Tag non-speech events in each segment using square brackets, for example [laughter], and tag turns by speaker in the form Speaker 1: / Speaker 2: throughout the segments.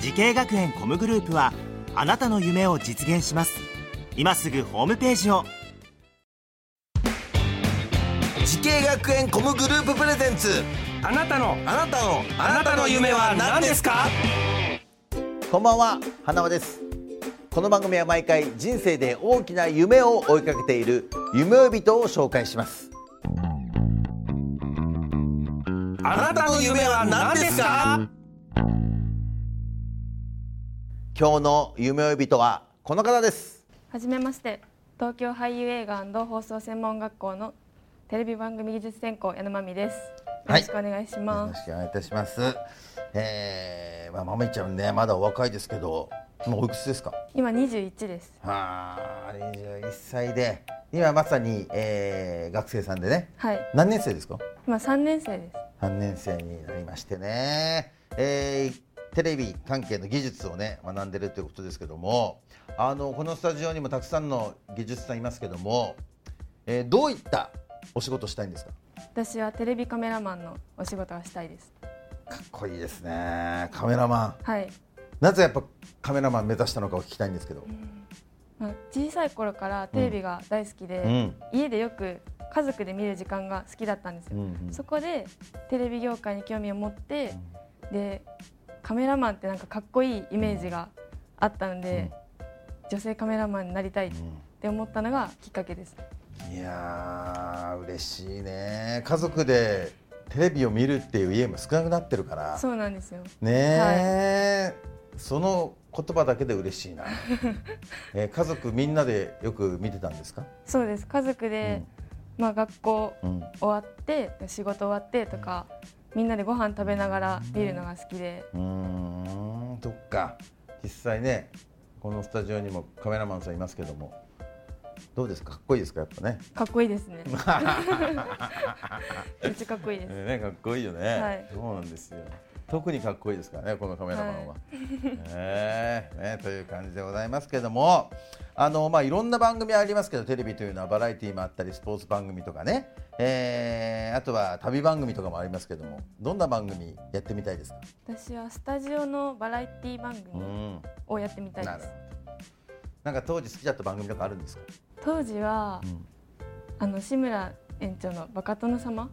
Speaker 1: 時系学園コムグループはあなたの夢を実現します今すぐホームページを
Speaker 2: 時系学園コムグループプレゼンツ
Speaker 3: あなたの
Speaker 2: あなたの
Speaker 3: あなたの夢は何ですか
Speaker 4: こんばんは花輪ですこの番組は毎回人生で大きな夢を追いかけている夢追い人を紹介します
Speaker 3: あなたの夢は何ですか
Speaker 4: 今日の夢追い人はこの方です
Speaker 5: はじめまして東京俳優映画放送専門学校のテレビ番組技術専攻矢野真美ですよろしくお願いし
Speaker 4: よ
Speaker 5: ま
Speaker 4: ろ
Speaker 5: す、
Speaker 4: しくお願いいたしますえー、まあまめちゃんねまだお若いですけどもうおいくつですか
Speaker 5: 今21です
Speaker 4: はあ21歳で今まさに、えー、学生さんでね
Speaker 5: はい
Speaker 4: 何年生ですか
Speaker 5: 今3年生です
Speaker 4: 3年生になりましてね、えーテレビ関係の技術をね学んでるということですけどもあのこのスタジオにもたくさんの技術さんいますけども、えーどういったお仕事したいんですか
Speaker 5: 私はテレビカメラマンのお仕事がしたいです
Speaker 4: かっこいいですねカメラマン
Speaker 5: はい、
Speaker 4: なぜやっぱカメラマン目指したのかを聞きたいんですけど、
Speaker 5: まあ、小さい頃からテレビが大好きで、
Speaker 4: うん
Speaker 5: 家でよく家族で見る時間が好きだったんですよ、
Speaker 4: うんうん
Speaker 5: そこでテレビ業界に興味を持って、でカメラマンってなんかかっこいいイメージがあったので、女性カメラマンになりたいって思ったのがきっかけです、
Speaker 4: いやー嬉しいね家族でテレビを見るっていう家も少なくなってるから
Speaker 5: そうなんですよ
Speaker 4: ねえ、その言葉だけで嬉し
Speaker 5: [laughs]
Speaker 4: いな、えー家族みんなでよく見てたんですか、
Speaker 5: そうです家族で、まあ、学校
Speaker 4: うん
Speaker 5: 終わって仕事終わってとか、みんなでご飯食べながら見るのが好きで、
Speaker 4: うーんそっか実際ねこのスタジオにもカメラマンさんいますけどもどうですかかっこいいですかやっぱね
Speaker 5: かっこいいです
Speaker 4: [laughs]
Speaker 5: ねめっちゃかっこいいです
Speaker 4: ねかっこいいよね、
Speaker 5: はい
Speaker 4: そうなんですよ特にかっこいいですからねこのカメラマンは、
Speaker 5: は
Speaker 4: ええねという感じでございますけどもあのまあいろんな番組ありますけどテレビというのはバラエティーもあったりスポーツ番組とかね、えーあとは旅番組とかもありますけどもどんな番組やってみたいですか、
Speaker 5: 私はスタジオのバラエティ番組
Speaker 4: ん
Speaker 5: をやってみたい
Speaker 4: な
Speaker 5: で
Speaker 4: る
Speaker 5: す
Speaker 4: ほどなんか当時好きだった番組とかあるんですか
Speaker 5: 当時は、あの志村園長のバカ殿様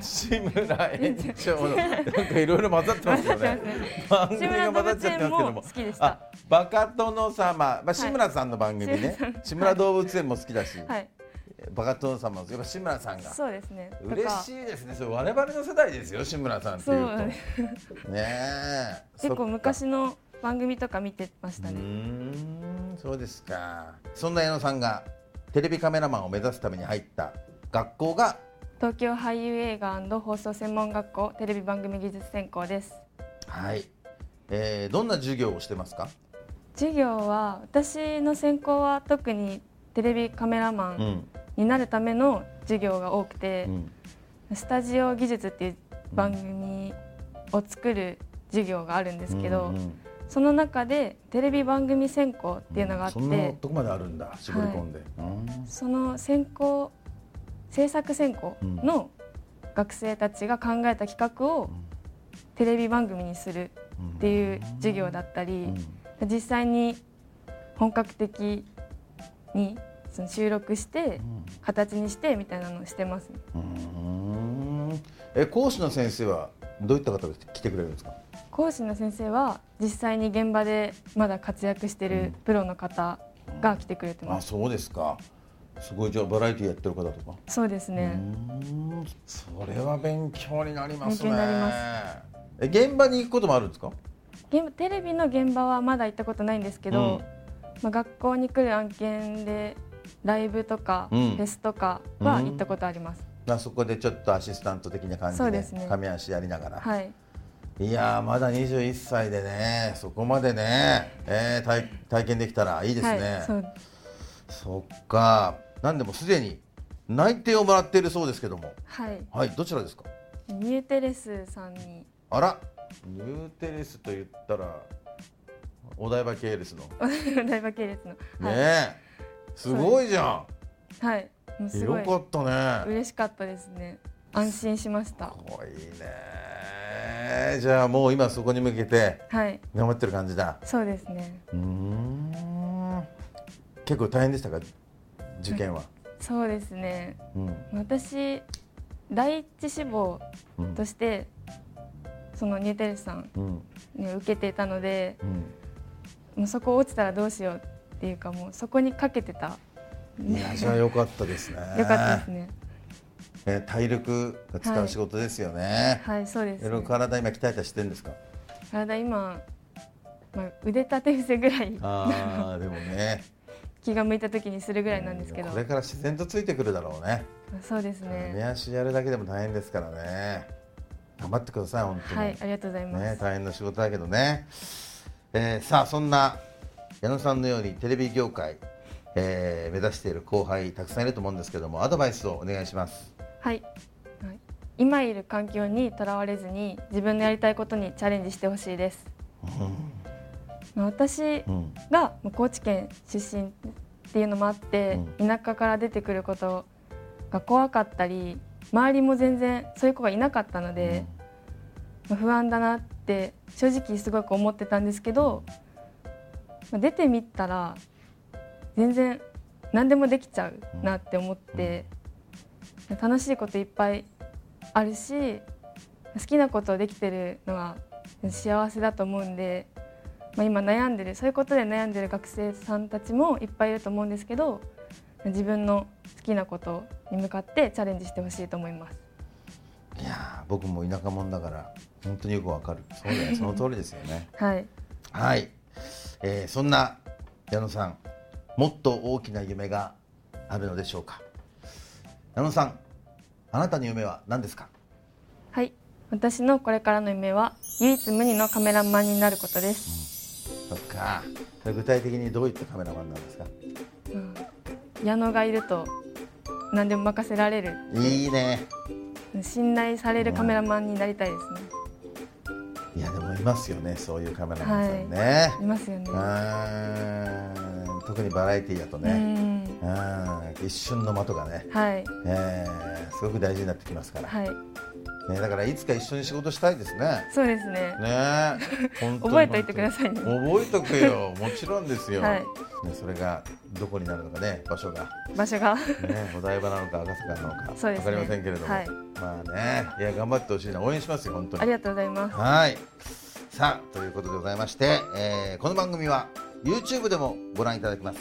Speaker 4: 志村園長
Speaker 5: [laughs]
Speaker 4: のなんかいろいろ混ざってますよね。番組が混ざっちゃってますけども。
Speaker 5: 志村動物園も好きでした
Speaker 4: あ、バカ殿様、まあ志村さんの番組ね。 [laughs] 志村動物園も好きだし、
Speaker 5: はい
Speaker 4: バカ殿様もやっぱ志村さんが。
Speaker 5: そうですねと
Speaker 4: 嬉
Speaker 5: か
Speaker 4: しいですね。そう我々の世代ですよ、志村さんっていう
Speaker 5: そうなんで
Speaker 4: と。ねえ。
Speaker 5: 結構
Speaker 4: そっか。
Speaker 5: 昔の番組とか見てまし
Speaker 4: う
Speaker 5: た
Speaker 4: ー
Speaker 5: ね
Speaker 4: ん、そうですか。そんな矢野さんがテレビカメラマンを目指すために入った学校が
Speaker 5: 東京俳優映画放送専門学校テレビ番組技術専攻です
Speaker 4: はい。えー、どんな授業をしてますか。
Speaker 5: 授業は私の専攻は特にテレビカメラマン
Speaker 4: ん。
Speaker 5: になるための授業が多くて、
Speaker 4: うん
Speaker 5: スタジオ技術っていう番組を作る授業があるんですけど、
Speaker 4: うんうん
Speaker 5: その中でテレビ番組専攻っていうのがあって、
Speaker 4: そんなとこまであるんだ絞り込んで、うん
Speaker 5: その専攻制作専攻の学生たちが考えた企画をテレビ番組にするっていう授業だったり、実際に本格的にその収録して形にしてみたいなのをしてますね、
Speaker 4: うんえ講師の先生はどういった方が来てくれるんですか
Speaker 5: 講師の先生は実際に現場でまだ活躍してるプロの方が来てくれてま
Speaker 4: あ
Speaker 5: す、
Speaker 4: そうですかすごいじゃあバラエティやってる方とか
Speaker 5: そうですね、
Speaker 4: うんそれは勉強になりますね
Speaker 5: 勉強になります
Speaker 4: え現場に行くこともあるんですか
Speaker 5: 現テレビの現場はまだ行ったことないんですけど、
Speaker 4: うん
Speaker 5: まあ、学校に来る案件でライブとかフ
Speaker 4: うん
Speaker 5: ェスとかは行ったことあります、
Speaker 4: まあそこでちょっとアシスタント的な感じ
Speaker 5: そう
Speaker 4: で
Speaker 5: ですね
Speaker 4: 噛み足やりながら、
Speaker 5: はい
Speaker 4: いやーまだ21歳でねそこまでね、えー体体験できたらいいですね、
Speaker 5: はい、そう
Speaker 4: そっかなんでもすでに内定をもらっているそうですけども
Speaker 5: はい
Speaker 4: はいどちらですか
Speaker 5: ニューテレスさんに [laughs]
Speaker 4: あらニューテレスと言ったらお台場系列の
Speaker 5: お台場系列のは
Speaker 4: ね
Speaker 5: い、
Speaker 4: えすごいじゃ
Speaker 5: はい、もうんす
Speaker 4: よ
Speaker 5: ごい
Speaker 4: かったね
Speaker 5: 嬉しかったですね安心しまし
Speaker 4: す
Speaker 5: た
Speaker 4: ごいねじゃあもう今そこに向けて
Speaker 5: はい
Speaker 4: 頑張ってる感じだ
Speaker 5: そうですね
Speaker 4: うーん結構大変でしたか受験は、
Speaker 5: そうですね
Speaker 4: うん
Speaker 5: 私第一志望
Speaker 4: うん
Speaker 5: としてそのニューテレスさん
Speaker 4: うん
Speaker 5: に受けていたので
Speaker 4: う
Speaker 5: もうそこ落ちたらどうしようっていうかもうそこにかけてた
Speaker 4: ん、いやじゃあ良かったですね
Speaker 5: よかったですね
Speaker 4: えー体力が使う仕事ですよね、
Speaker 5: はいそうです、
Speaker 4: いろいろ体今鍛えたりしてるんですか
Speaker 5: 体今、まあ、腕立て伏せぐらい
Speaker 4: ああ [laughs] でもね
Speaker 5: 気が向いた時にするぐらいなんですけど、
Speaker 4: これから自然とついてくるだろうね
Speaker 5: まあそうです
Speaker 4: 目
Speaker 5: ね
Speaker 4: 足やるだけでも大変ですからね頑張ってください本当に、
Speaker 5: はいありがとうございます、
Speaker 4: ね、大変な仕事だけどね、えーさあそんな矢野さんのようにテレビ業界、えー目指している後輩たくさんいると思うんですけどもアドバイスをお願いします
Speaker 5: はい、はい今いる環境にとらわれずに自分のやりたいことにチャレンジしてほしいです、まあ私
Speaker 4: うん
Speaker 5: がまあ高知県出身っていうのもあって、田舎から出てくることが怖かったり周りも全然そういう子がいなかったので、まあ不安だなって正直すごく思ってたんですけど、まあ出てみたら全然何でもできちゃうなって思って、楽しいこといっぱいあるし好きなことをできてるのは幸せだと思うんで。まあ、今悩んでるそういうことで悩んでる学生さんたちもいっぱいいると思うんですけど自分の好きなことに向かってチャレンジしてほしいと思います
Speaker 4: いやー僕も田舎者だから本当によくわかるそうだよその通りですよね
Speaker 5: はい
Speaker 4: はい、えーそんな矢野さんもっと大きな夢があるのでしょうか矢野さんあなたの夢は何ですか
Speaker 5: はい私のこれからの夢は唯一無二のカメラマンになることです、
Speaker 4: そっかそれ具体的にどういったカメラマンなんですか
Speaker 5: まあ矢野がいると何でも任せられる
Speaker 4: いいね
Speaker 5: 信頼されるカメラマンになりたいですね
Speaker 4: いやでもいますよねそういうカメラマンさんね、
Speaker 5: いますよね
Speaker 4: うーん特にバラエティーだと
Speaker 5: う
Speaker 4: ね、
Speaker 5: ん
Speaker 4: うん一瞬の間とかね、
Speaker 5: はい
Speaker 4: えーすごく大事になってきますから、
Speaker 5: はい
Speaker 4: ね、だからいつか一緒に仕事したいですね
Speaker 5: そうですね
Speaker 4: ねえ本当に
Speaker 5: 覚えておいてくださいね
Speaker 4: 覚えとくよもちろんですよ、
Speaker 5: はい
Speaker 4: ね、それがどこになるのかね場所が、
Speaker 5: 場所が [laughs]
Speaker 4: ね、お台場なのか赤坂なのか
Speaker 5: そ
Speaker 4: 分
Speaker 5: うです
Speaker 4: か
Speaker 5: ね
Speaker 4: りませんけれども、
Speaker 5: はい
Speaker 4: まあねいや頑張ってほしいな応援しますよ本当に
Speaker 5: ありがとうございます
Speaker 4: はい。さあ、ということでございまして、えーこの番組は YouTube でもご覧いただけます。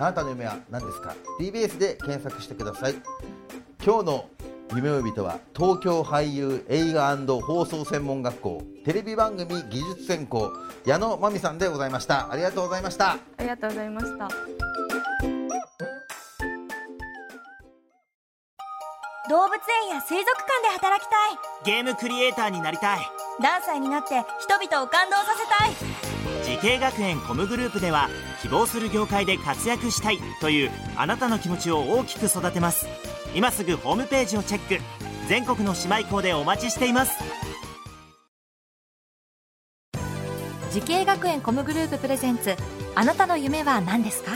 Speaker 4: あなたの夢は何ですか ?TBS で検索してください。今日の夢追い人は東京俳優映画放送専門学校テレビ番組技術専攻矢野真美さんでございました。ありがとうございました。
Speaker 5: ありがとうございました
Speaker 6: 動物園や水族館で働きたい
Speaker 1: ゲームクリエイターになりたい
Speaker 6: 何歳になって人々を感動させたい
Speaker 1: 時系学園コムグループでは希望する業界で活躍したいというあなたの気持ちを大きく育てます今すぐホームページをチェック全国の姉妹校でお待ちしています
Speaker 7: 時系学園コムグループプレゼンツあなたの夢は何ですか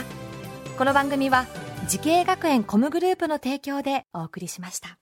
Speaker 7: この番組は時系学園コムグループの提供でお送りしました